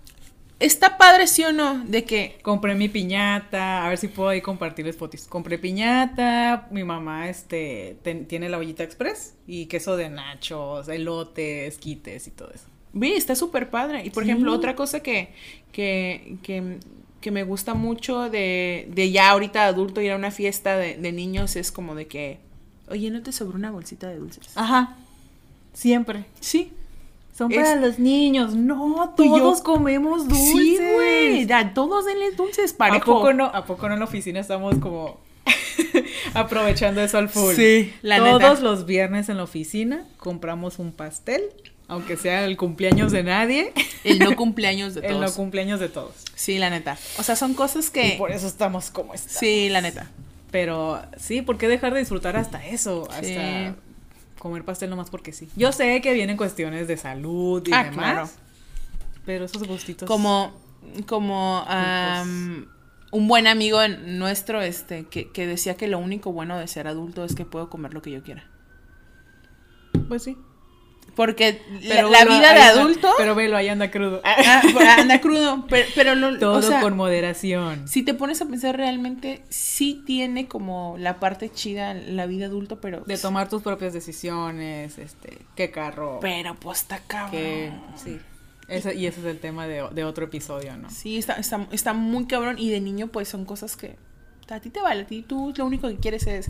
B: Está padre, sí o no, de que
A: Compré mi piñata, a ver si puedo ahí compartirles fotos. Compré piñata, mi mamá este ten- tiene la ollita express y queso de nachos, elotes, quites y todo eso.
B: Ve, está súper padre. Y por
A: Sí.
B: ejemplo, otra cosa que, que, que, que me gusta mucho de, de ya ahorita adulto ir a una fiesta de, de niños es como de
A: Ah,
B: que, oye, ¿no te sobró una bolsita de dulces?
A: Ajá. Siempre.
B: Sí.
A: Son para
B: Es-
A: los niños. No,
B: Tú y yo-
A: todos comemos dulces.
B: Sí, güey. ya, Todos denles dulces, parejo.
A: ¿A poco, no, ¿A poco no en la oficina estamos como aprovechando eso al full?
B: Sí, la
A: Todos
B: neta.
A: los viernes en la oficina compramos un pastel, aunque sea el cumpleaños de nadie,
B: El no cumpleaños de todos.
A: el no cumpleaños de todos.
B: sí, la neta. O sea, son cosas
A: Y
B: que...
A: por eso estamos como estamos.
B: Sí, la neta.
A: Pero sí, ¿por qué dejar de disfrutar hasta eso? Hasta
B: Sí.
A: comer pastel nomás porque sí. Yo sé que vienen cuestiones de salud y
B: Ah,
A: demás.
B: claro.
A: Pero esos gustitos.
B: como como
A: pues
B: am, un buen amigo en- nuestro este que, que decía que lo único bueno de ser adulto es que puedo comer lo que yo quiera
A: Pues sí.
B: porque la-
A: Pero
B: la,
A: velo,
B: vida
A: ahí
B: de
A: anda-
B: adulto
A: Pero velo, ahí anda crudo.
B: ah, anda crudo pero, pero lo-
A: Todo
B: o sea,
A: con moderación.
B: si te pones a pensar realmente sí tiene como la parte chida la vida adulto pero
A: De tomar tus propias decisiones, este, qué carro,
B: pero pues está cabrón
A: qué... Sí. Ese- y ese es el tema de, de otro episodio, ¿no?
B: sí está, está está muy cabrón y de niño pues son cosas que a ti te vale a ti tú lo único que quieres es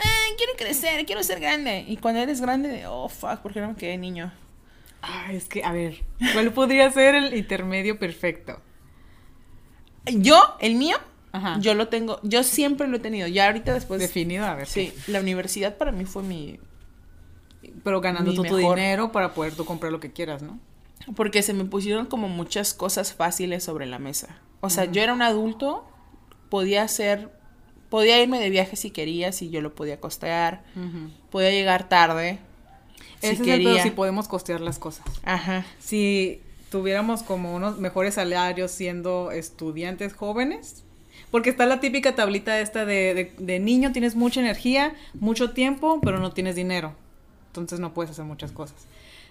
B: "Ah, quiero crecer, quiero ser grande. Y cuando eres grande, oh fuck, ¿por qué no me quedé niño?
A: Ah, es que, a ver, ¿cuál podría ser el intermedio perfecto?
B: Yo, el mío,
A: Ajá.
B: yo lo tengo, yo siempre lo he tenido. Ya ahorita después.
A: Definido, a ver.
B: Pues, Sí, la universidad para mí fue mi.
A: pues, Pero ganando
B: Mi
A: tú tu
B: mejor.
A: dinero para poder tú comprar lo que quieras, ¿no?
B: Porque se me pusieron como muchas cosas fáciles sobre la mesa. O sea,
A: Ujú.
B: yo era un adulto, podía hacer. Podía irme de viaje si quería, si yo lo podía costear. Podía llegar tarde. Si
A: Ese es el
B: quería.
A: pedo, si podemos costear las cosas.
B: Ajá.
A: Si tuviéramos como unos mejores salarios siendo estudiantes jóvenes, porque está la típica tablita esta de, de- de niño, tienes mucha energía, mucho tiempo, pero no tienes dinero. Entonces no puedes hacer muchas cosas.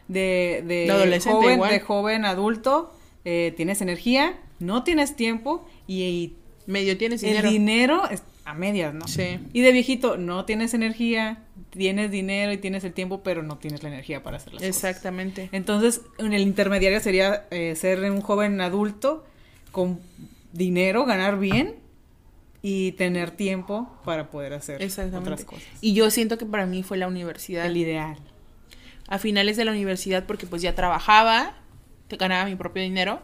A: De, de
B: De adolescente
A: joven,
B: igual.
A: de joven adulto, eh, tienes energía, no tienes tiempo y, y
B: Medio tienes
A: el
B: dinero.
A: dinero es a medias, ¿no?
B: Sí.
A: Y de viejito, no tienes energía, tienes dinero y tienes el tiempo, pero no tienes la energía para hacer las cosas.
B: Exactamente.
A: Entonces, en el intermediario sería eh, ser un joven adulto con dinero, ganar bien y tener tiempo para poder hacer
B: Exactamente.
A: otras cosas.
B: Y yo siento que para mí fue la universidad.
A: El ideal.
B: A finales de la universidad, porque pues ya trabajaba, te ganaba mi propio dinero.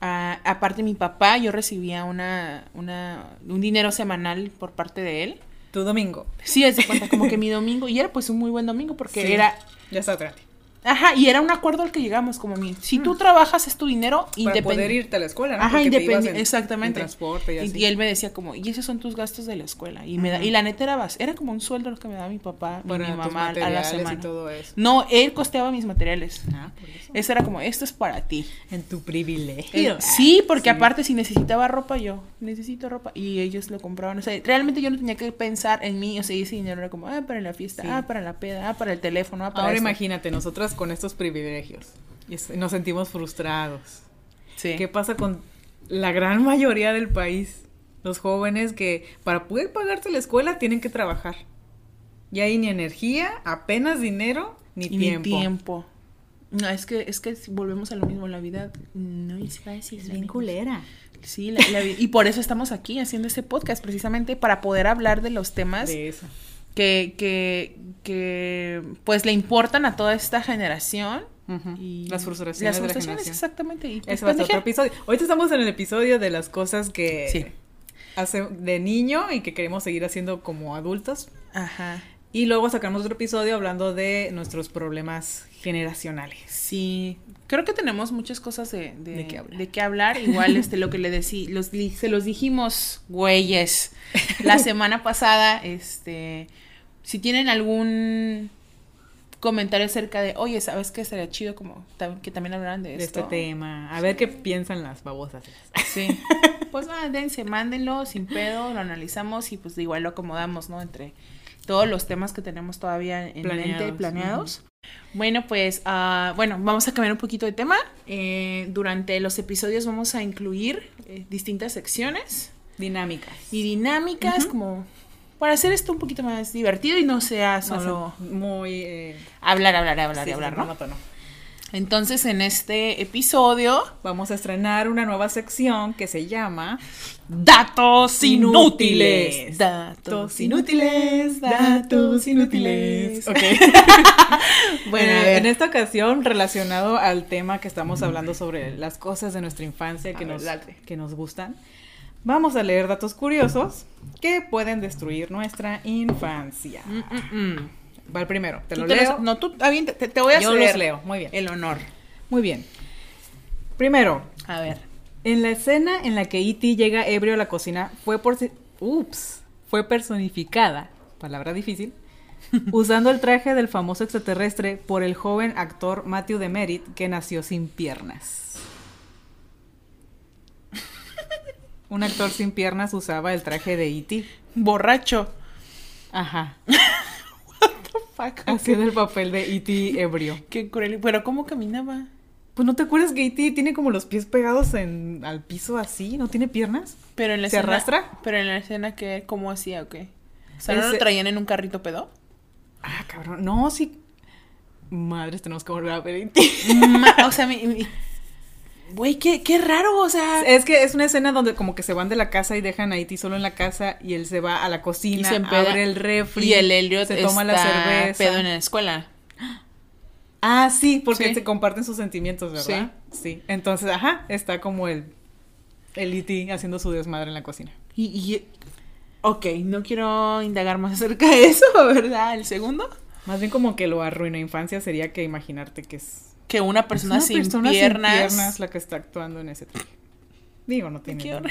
B: Ah, aparte, mi papá, yo recibía una, una, un dinero semanal por parte de él.
A: Tu domingo.
B: Sí, él se cuenta como que mi domingo, y era pues un muy buen domingo, porque
A: Sí.
B: era.
A: Ya está gratis.
B: Ajá, y era un acuerdo al que llegamos, como mi. Si tú trabajas, es tu dinero
A: Mm. Para poder
B: independiente.
A: irte a la escuela, ¿no?
B: Ajá,
A: Porque te ibas en-
B: independiente,
A: en
B: exactamente.
A: transporte y
B: y,
A: así.
B: y él me decía como, y esos son tus gastos de la escuela. Y, me da-
A: Ujú.
B: y la neta era, bas- era como un sueldo lo que me daba mi papá y
A: para
B: mi
A: tus
B: mamá a la
A: materiales
B: semana.
A: y todo eso.
B: No, él costeaba mis materiales.
A: Ah, por eso.
B: Eso era como, esto es para ti.
A: En tu privilegio. Ah,
B: Eh, sí, porque
A: Sí.
B: aparte si necesitaba ropa, yo necesito ropa. Y ellos lo compraban. O sea, realmente yo no tenía que pensar en mí. O sea, y ese dinero era como, ah, para la fiesta,
A: Sí.
B: ah, para la peda, ah, para el teléfono, ah, para
A: Ahora
B: esto.
A: imagínate, nosotras con estos privilegios y es- nos sentimos frustrados.
B: Sí.
A: ¿Qué pasa con la gran mayoría del país? Los jóvenes que para poder pagarse la escuela tienen que trabajar. Y ahí ni energía, apenas dinero, ni
B: Y
A: tiempo.
B: Ni tiempo. No, es que, es que si volvemos a lo mismo. La vida no es fácil.
A: Es bien
B: amigos.
A: culera.
B: Sí, la- la vi- y por eso estamos aquí haciendo este podcast, precisamente para poder hablar de los temas
A: De eso.
B: que, que, que pues le importan a toda esta generación.
A: Ujú.
B: Y
A: Las frustraciones.
B: Las
A: de la
B: frustraciones,
A: generación.
B: exactamente. Y pues,
A: Ese va a ser otro
B: pendejear.
A: episodio. Ahorita estamos en el episodio de las cosas que
B: Sí.
A: hace de niño y que queremos seguir haciendo como adultos.
B: Ajá.
A: Y luego sacamos otro episodio hablando de nuestros problemas generacionales.
B: Sí, creo que tenemos muchas cosas de, de,
A: De qué hablar.
B: de qué hablar. Igual este, lo que le decí, los, li- se los dijimos, güeyes, la semana pasada. Este, si tienen algún comentario acerca de, oye, ¿sabes qué? Estaría chido como tam- que también hablaran de,
A: De este
B: esto.
A: tema. A ver qué piensan las babosas.
B: Sí. Pues ah, dense, mándenlo sin pedo, lo analizamos y pues de igual lo acomodamos, ¿no? Entre todos los temas que tenemos todavía en mente
A: Planeados,
B: y planeados. Bueno, pues, ah, bueno, vamos a cambiar un poquito de tema. Eh, durante los episodios vamos a incluir eh, distintas secciones
A: Dinámicas.
B: y dinámicas como para hacer esto un poquito más divertido y no sea
A: No,
B: solo
A: Muy... eh,
B: hablar, hablar, hablar
A: sí,
B: y hablar,
A: sí,
B: ¿no?
A: monótono.
B: Entonces, en este episodio,
A: Vamos a estrenar una nueva sección que se llama
B: datos
A: Inútiles.
B: inútiles. Datos
A: inútiles, Ok.
B: Bueno,
A: Eh,
B: a ver.
A: en esta ocasión, relacionado al tema que estamos hablando sobre las cosas de nuestra infancia que
B: A ver,
A: nos,
B: dale.
A: que nos gustan, vamos a leer datos curiosos que pueden destruir nuestra infancia.
B: Mm, mm, mm.
A: Va el primero, te
B: Tú
A: lo
B: te
A: leo.
B: los- no, tú, ah, bien, te, te- te voy a
A: Yo
B: ceder
A: los leo, muy bien.
B: el honor.
A: Muy bien. Primero,
B: A ver.
A: en la escena en la que E.T. llega ebrio a la cocina, fue por... si- Ups, fue personificada, palabra difícil, usando el traje del famoso extraterrestre por el joven actor Matthew Demerit, que nació sin piernas. Un actor sin piernas usaba el traje de E E.T.
B: Borracho.
A: Ajá,
B: Fuck.
A: haciendo el papel de E.T. ebrio.
B: Qué cruel. Pero ¿cómo caminaba?
A: Pues no te acuerdas que E.T. tiene como los pies pegados en, al piso así, no tiene piernas.
B: Pero en la
A: ¿Se
B: escena-
A: arrastra?
B: Pero en la escena que cómo hacía o qué. O sea, ¿no
A: Ese-
B: lo traían en un carrito pedo?
A: Ah, cabrón. No, sí. Madres, tenemos que volver a ver E.T.
B: Ma- o sea, mi- mi- güey, qué, qué raro, o sea,
A: Es que es una escena donde como que se van de la casa y dejan a E.T. solo en la casa y él se va a la
B: y
A: cocina,
B: se empeda-
A: abre el refri,
B: y el Elliot
A: se toma la
B: está
A: cerveza.
B: pedo en la escuela.
A: Ah, sí, porque
B: Sí.
A: se comparten sus sentimientos, ¿verdad? Sí. Entonces, ajá, está como el el E.T. haciendo su desmadre en la cocina.
B: Y, y Ok, no quiero indagar más acerca de eso, ¿verdad? El segundo.
A: Más bien como que lo arruina infancia sería que imaginarte que es
B: Que una persona,
A: es una
B: sin,
A: persona
B: piernas,
A: piernas la que está actuando en ese traje. Digo, no tiene.
B: quiero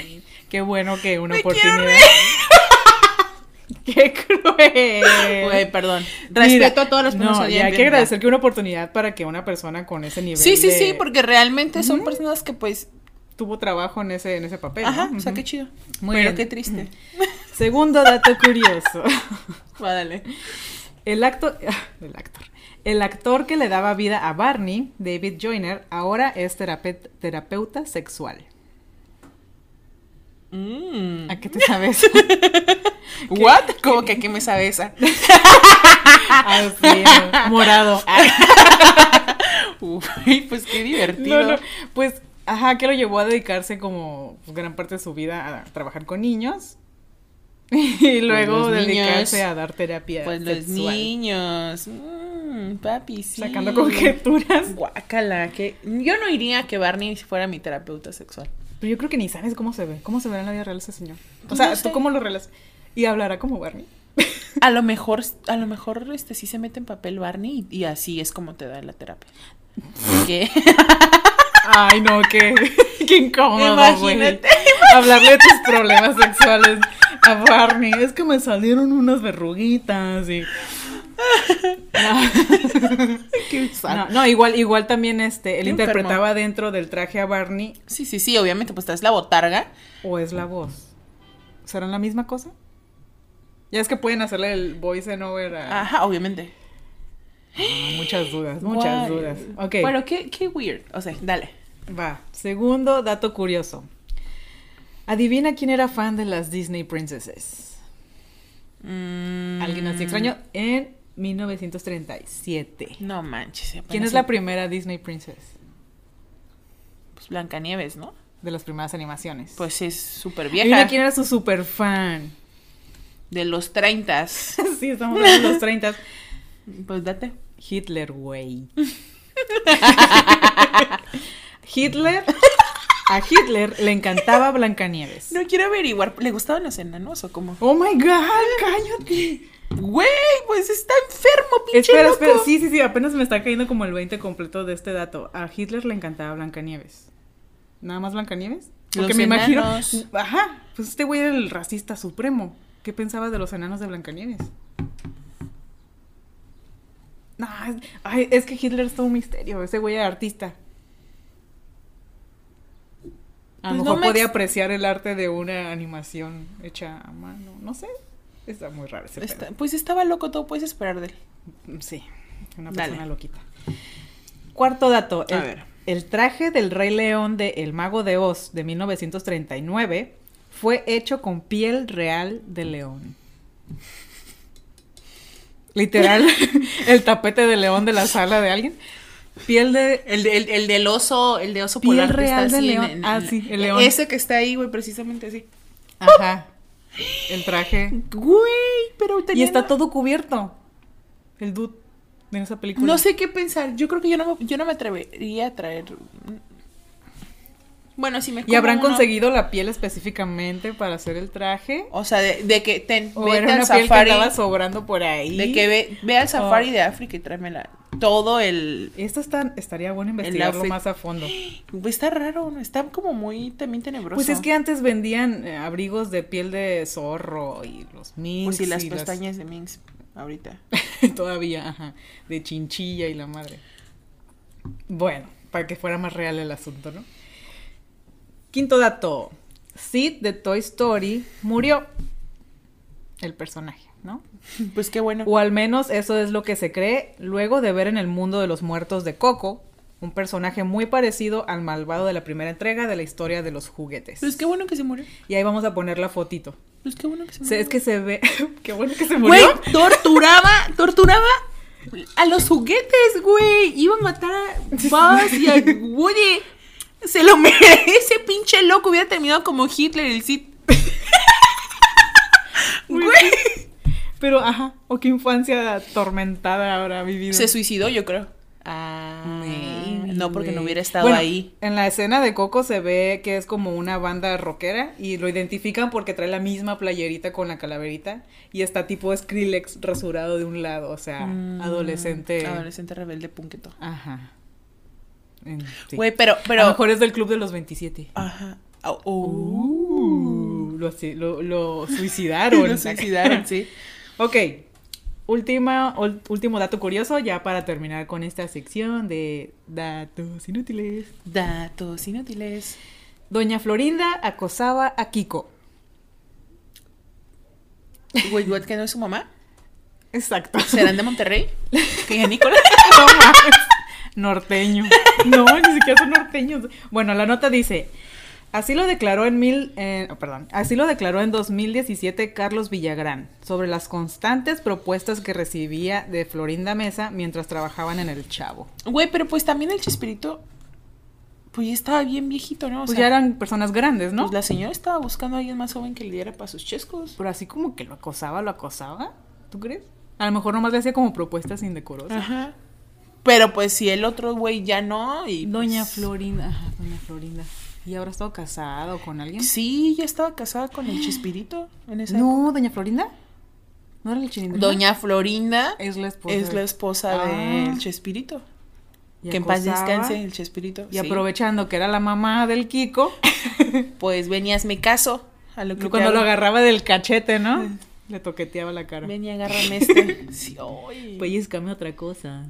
A: Qué bueno que una
B: Me quiero
A: oportunidad. Qué cruel.
B: Güey, eh, perdón.
A: Mira,
B: Respeto a todas las personas.
A: No,
B: que
A: y hay
B: hayan
A: que
B: vivido.
A: agradecer que una oportunidad para que una persona con ese nivel
B: Sí, sí,
A: de-
B: sí, porque realmente son personas que pues...
A: tuvo trabajo en ese en ese papel. ¿no?
B: Ajá, o sea,
A: Ujú.
B: qué chido.
A: Muy
B: Pero
A: bien.
B: qué triste.
A: Segundo dato curioso.
B: Va, dale.
A: El actor, el actor, el actor que le daba vida a Barney, David Joyner, ahora es terape- terapeuta sexual.
B: Mm.
A: ¿A qué te sabes?
B: ¿What? ¿Cómo que aquí me sabe esa?
A: Así es, morado.
B: Uy, pues qué divertido.
A: No, no, pues, ajá, que lo llevó a dedicarse como pues, gran parte de su vida a trabajar con niños y luego
B: los
A: dedicarse
B: niños.
A: a dar terapia
B: Pues los
A: sexual,
B: niños. Mm, papi, sí.
A: sacando conjeturas.
B: Guácala, que yo no iría a que Barney fuera mi terapeuta sexual.
A: Pero yo creo que ni sabes cómo se ve, cómo se verá en la vida real ese señor. O
B: Pues
A: sea,
B: no
A: ¿tú
B: sé.
A: cómo lo relacionas? Y hablará como Barney.
B: A lo mejor, a lo mejor este sí se mete en papel Barney y, y así es como te da la terapia. ¿Qué?
A: Ay, no, qué, qué incómodo, güey.
B: Imagínate,
A: Hablarle de tus problemas sexuales a Barney. Es que me salieron unas verruguitas y...
B: Qué sad.
A: No, no, igual, igual también este, él
B: Qué enfermo.
A: interpretaba dentro del traje a Barney
B: Sí, sí, sí, obviamente, pues traes la botarga.
A: o es la voz. ¿Serán la misma cosa? Ya es que pueden hacerle el voice and over a
B: Ajá, obviamente.
A: Ah, muchas dudas, muchas
B: Guay.
A: dudas. Ok,
B: Pero qué, qué weird. O sea, dale.
A: va. Segundo dato curioso. Adivina quién era fan de las Disney Princesses.
B: Mm.
A: Alguien así extraño en 1937.
B: No manches. apenas
A: ¿Quién es
B: un-
A: la primera Disney Princess?
B: pues, Blancanieves, ¿no?
A: De las primeras animaciones.
B: Pues es súper
A: Adivina
B: vieja.
A: quién era su super fan.
B: De los 30.
A: sí, estamos hablando de los 30.
B: Pues date.
A: Hitler, güey. Hitler. A Hitler le encantaba Blancanieves.
B: No quiero averiguar. ¿Le gustaban los enanos o cómo?
A: Oh my god, cállate.
B: Güey, pues está enfermo, pinche
A: Espera,
B: loco.
A: espera. Sí, sí, sí. Apenas me está cayendo como el 20 completo de este dato. A Hitler le encantaba Blancanieves. ¿Nada más Blancanieves? Porque
B: Los
A: me imagino.
B: enanos.
A: Ajá. Pues este güey era el racista supremo. ¿Qué pensabas de los enanos de Blancanieves? No, es, ay, es que Hitler es todo un misterio. Ese güey era artista. A lo
B: Pues no
A: mejor
B: me
A: podía
B: ex-
A: apreciar el arte de una animación hecha a mano. No sé. Está muy raro ese
B: Está- pues estaba loco, todo puedes esperar de él.
A: pedo. Sí, una
B: Dale.
A: persona loquita. Cuarto dato.
B: A
A: El,
B: ver.
A: el traje del Rey León de El Mago de Oz de 1939 fue hecho con piel real de león. Literal, el tapete de león de la sala de alguien Piel de.
B: El, de- el- el del oso, el de oso
A: Piel
B: polar que
A: real
B: está
A: de
B: así en-
A: león.
B: en- en
A: Ah,
B: la-
A: sí, el león.
B: Ese que está ahí, güey, precisamente así.
A: Ajá. El traje.
B: Güey, pero
A: Y
B: tenía
A: está
B: una-
A: todo cubierto. El dude en esa película.
B: No sé qué pensar. Yo creo que yo no, me- yo no me atrevería a traer. Bueno, si me
A: ¿Y habrán
B: como uno-
A: conseguido la piel específicamente para hacer el traje?
B: O sea, de, de que ten,
A: ¿O
B: vete
A: era
B: al
A: una piel que
B: safari.
A: andaba Oh. sobrando por ahí?
B: De que ve, ve al safari de África y tráemela. Todo el.
A: Esto está- estaría bueno investigarlo
B: outfit.
A: más a fondo.
B: Está raro, ¿no? está como muy también tenebroso.
A: Pues es que antes vendían eh, abrigos de piel de zorro y los
B: Pues
A: minks.
B: sí, las
A: y
B: pestañas de Minx ahorita.
A: Todavía, ajá. De chinchilla y la madre. Bueno, para que fuera más real el asunto, ¿no? Quinto dato. Sid de Toy Story murió. El personaje, ¿no?
B: Pues qué bueno.
A: O al menos eso es lo que se cree luego de ver en el mundo de los muertos de Coco, un personaje muy parecido al malvado de la primera entrega de la historia de los juguetes.
B: Pues qué bueno que se murió.
A: Y ahí vamos a poner la fotito.
B: Pues qué bueno que se
A: Se-
B: murió.
A: es que se ve. Qué bueno que se
B: Güey,
A: murió.
B: torturaba, torturaba a los juguetes, güey. Iba a matar a Buzz y a Woody. Se lo merece, ese pinche loco. Hubiera terminado como Hitler, el Cid. Güey.
A: Pero, ajá. O qué infancia atormentada habrá vivido.
B: Se suicidó, yo creo.
A: Ah,
B: Maybe, no, porque no
A: güey.
B: hubiera estado
A: Bueno,
B: ahí.
A: En la escena de Coco se ve que es como una banda rockera y lo identifican porque trae la misma playerita con la calaverita y está tipo Skrillex rasurado de un lado, o sea, adolescente.
B: Ah, Mm, Adolescente rebelde punqueto.
A: Ajá. En- sí.
B: Güey, pero, pero.
A: A lo mejor es del club de los 27.
B: Ajá. Oh, oh.
A: Uh, lo, así- lo- lo suicidaron.
B: Lo suicidaron, sí.
A: Ok. Última, ul- último dato curioso, ya para terminar con esta sección de datos inútiles.
B: Datos inútiles.
A: Doña Florinda acosaba a Kiko.
B: Güey, what, que no es su mamá?
A: Exacto.
B: ¿Serán de Monterrey? ¿Que ya Nicolás?
A: No mames. Norteño. No, ni siquiera son norteños. Bueno, la nota dice. Así lo declaró en mil, eh, oh, perdón, así lo declaró en 2017 Carlos Villagrán sobre las constantes propuestas que recibía de Florinda Mesa mientras trabajaban en el Chavo.
B: Güey, pero pues también el Chespirito, pues ya estaba bien viejito, ¿no? O
A: pues
B: sea,
A: ya eran personas grandes, ¿no?
B: pues la señora estaba buscando a alguien más joven que le diera para sus chescos.
A: Pero así como que lo acosaba, lo acosaba, ¿tú crees? A lo mejor nomás le hacía como propuestas indecorosas.
B: Ajá. Pero pues si el otro güey ya no y...
A: Doña
B: pues,
A: Florinda, ajá, doña Florinda. ¿Y ahora estado casada o con alguien?
B: Sí, ya estaba casada con el Chespirito en esa época.
A: No, doña Florinda. ¿No era el chilindrina?
B: Doña Florinda
A: es la esposa.
B: es la esposa
A: Ah.
B: del Chespirito.
A: Y
B: que en paz
A: acosaba,
B: descanse el Chespirito.
A: Y
B: sí.
A: aprovechando que era la mamá del Kiko,
B: Pues venías mi caso. A lo que te
A: cuando lo
B: hago.
A: agarraba del cachete, ¿no? Le toqueteaba la cara.
B: Ven y agárrame este. Sí, ay.
A: Pues llíscame otra cosa.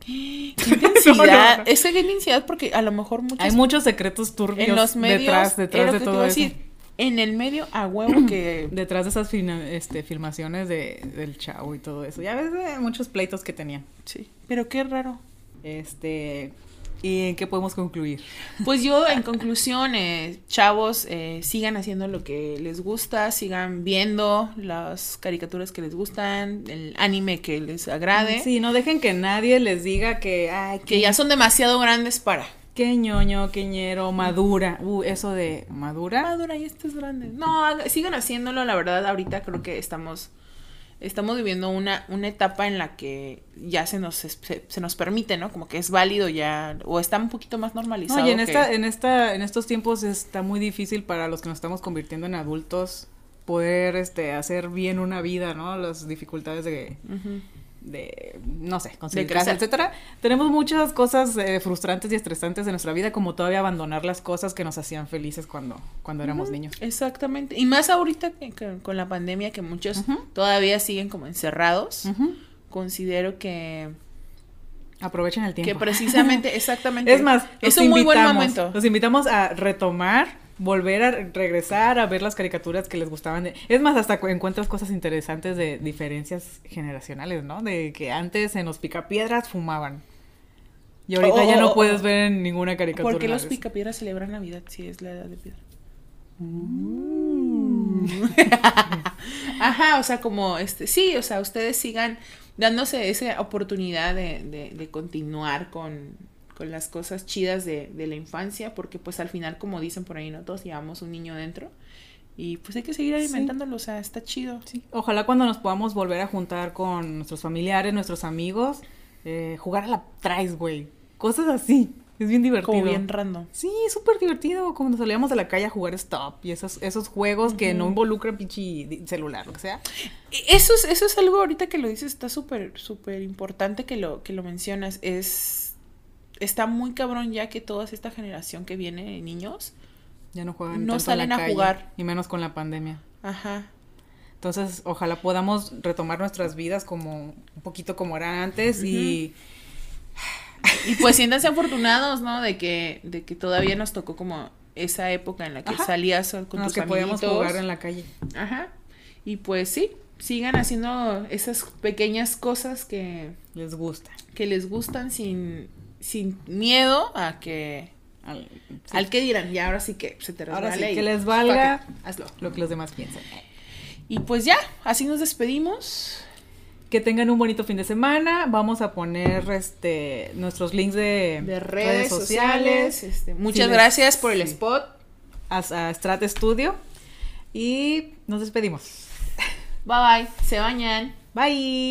B: Qué intensidad.
A: No, no, no.
B: Es que qué intensidad porque a lo mejor muchas
A: Hay muchos secretos turbios
B: en los medios
A: detrás,
B: era
A: detrás
B: lo
A: de
B: que te
A: todo
B: iba a
A: eso.
B: decir, en el medio a huevo que
A: Detrás de esas fina- este, filmaciones de, del chavo y todo eso. Ya ves eh, muchos pleitos que tenían.
B: sí, pero qué raro.
A: Este, ¿Y en qué podemos concluir?
B: Pues yo en conclusión, eh, chavos, eh, sigan haciendo lo que les gusta, sigan viendo las caricaturas que les gustan, el anime que les agrade,
A: Sí, no dejen que nadie les diga que, ay,
B: que ya son demasiado grandes para.
A: Qué ñoño, qué ñero, madura. Uh, eso de madura.
B: Madura, Ah, ya estás grande. No, haga- sigan haciéndolo, la verdad, ahorita creo que estamos estamos viviendo una, una etapa en la que ya se nos es- se, se nos permite, ¿no? Como que es válido ya o está un poquito más normalizado.
A: No, y en
B: que-
A: esta, en esta, en estos tiempos está muy difícil para los que nos estamos convirtiendo en adultos poder este hacer bien una vida, ¿no? Las dificultades de,
B: Ujú.
A: de no sé, conseguir casa,
B: crecer.
A: etcétera. Tenemos muchas cosas eh, frustrantes y estresantes en nuestra vida, como todavía abandonar las cosas que nos hacían felices cuando, cuando éramos niños.
B: Exactamente. Y más ahorita que, que- con la pandemia que muchos
A: Ujú.
B: todavía siguen como encerrados,
A: Ujú.
B: considero que
A: Aprovechen el tiempo.
B: que precisamente exactamente
A: Es más,
B: es
A: los
B: un muy buen
A: invitamos-
B: momento.
A: Los invitamos a retomar, volver a regresar a ver las caricaturas que les gustaban. de- Es más, hasta cu- encuentras cosas interesantes de diferencias generacionales, ¿no? De que antes en los picapiedras fumaban. Y ahorita
B: Oh,
A: ya
B: oh,
A: no
B: oh,
A: puedes
B: oh.
A: ver en ninguna caricatura.
B: ¿Por qué los
A: eso.
B: picapiedras celebran Navidad si es la edad de piedra?
A: Mm.
B: Ajá, o sea, como este, sí, o sea, ustedes sigan dándose esa oportunidad de, de, de continuar con, con las cosas chidas de, de la infancia, porque pues al final, como dicen por ahí, ¿no? Todos llevamos un niño dentro y pues hay que seguir alimentándolo, o sea, está chido.
A: Sí. Ojalá cuando nos podamos volver a juntar con nuestros familiares, nuestros amigos, eh, jugar a la traes, güey. Cosas así. Es bien divertido.
B: Como bien random.
A: Sí, súper divertido. Como nos salíamos de la calle a jugar stop y esos, esos juegos que no involucran pichi celular, lo que sea.
B: Eso es, eso es algo ahorita que lo dices, está súper, súper importante que lo, que lo mencionas. Es, está muy cabrón ya que toda esta generación que viene de niños
A: Ya no juegan tanto
B: No
A: en
B: salen
A: la
B: a
A: calle,
B: jugar.
A: Y menos con la pandemia.
B: Ajá.
A: Entonces, ojalá podamos retomar nuestras vidas como un poquito como era antes y
B: Y pues siéntanse afortunados, ¿no? De que, de que todavía nos tocó como esa época en la que
A: Ajá.
B: salías con
A: con los
B: tus
A: que podíamos
B: amiguitos.
A: jugar en la calle.
B: Ajá. Y pues sí, sigan haciendo esas pequeñas cosas que,
A: Les gusta.
B: que les gustan sin, sin miedo a que...
A: Al- sí.
B: Al que dirán, ya ahora sí que se te
A: Ahora sí,
B: resbala y-
A: que les valga
B: fuck it, hazlo.
A: lo que los demás piensan.
B: Y pues ya, así nos despedimos.
A: Que tengan un bonito fin de semana. Vamos a poner este nuestros links de,
B: de redes, sociales. este, muchas
A: Sí, les-
B: gracias por el
A: sí.
B: spot.
A: a, a Strat Studio y nos despedimos.
B: Bye bye. Se bañan.
A: Bye.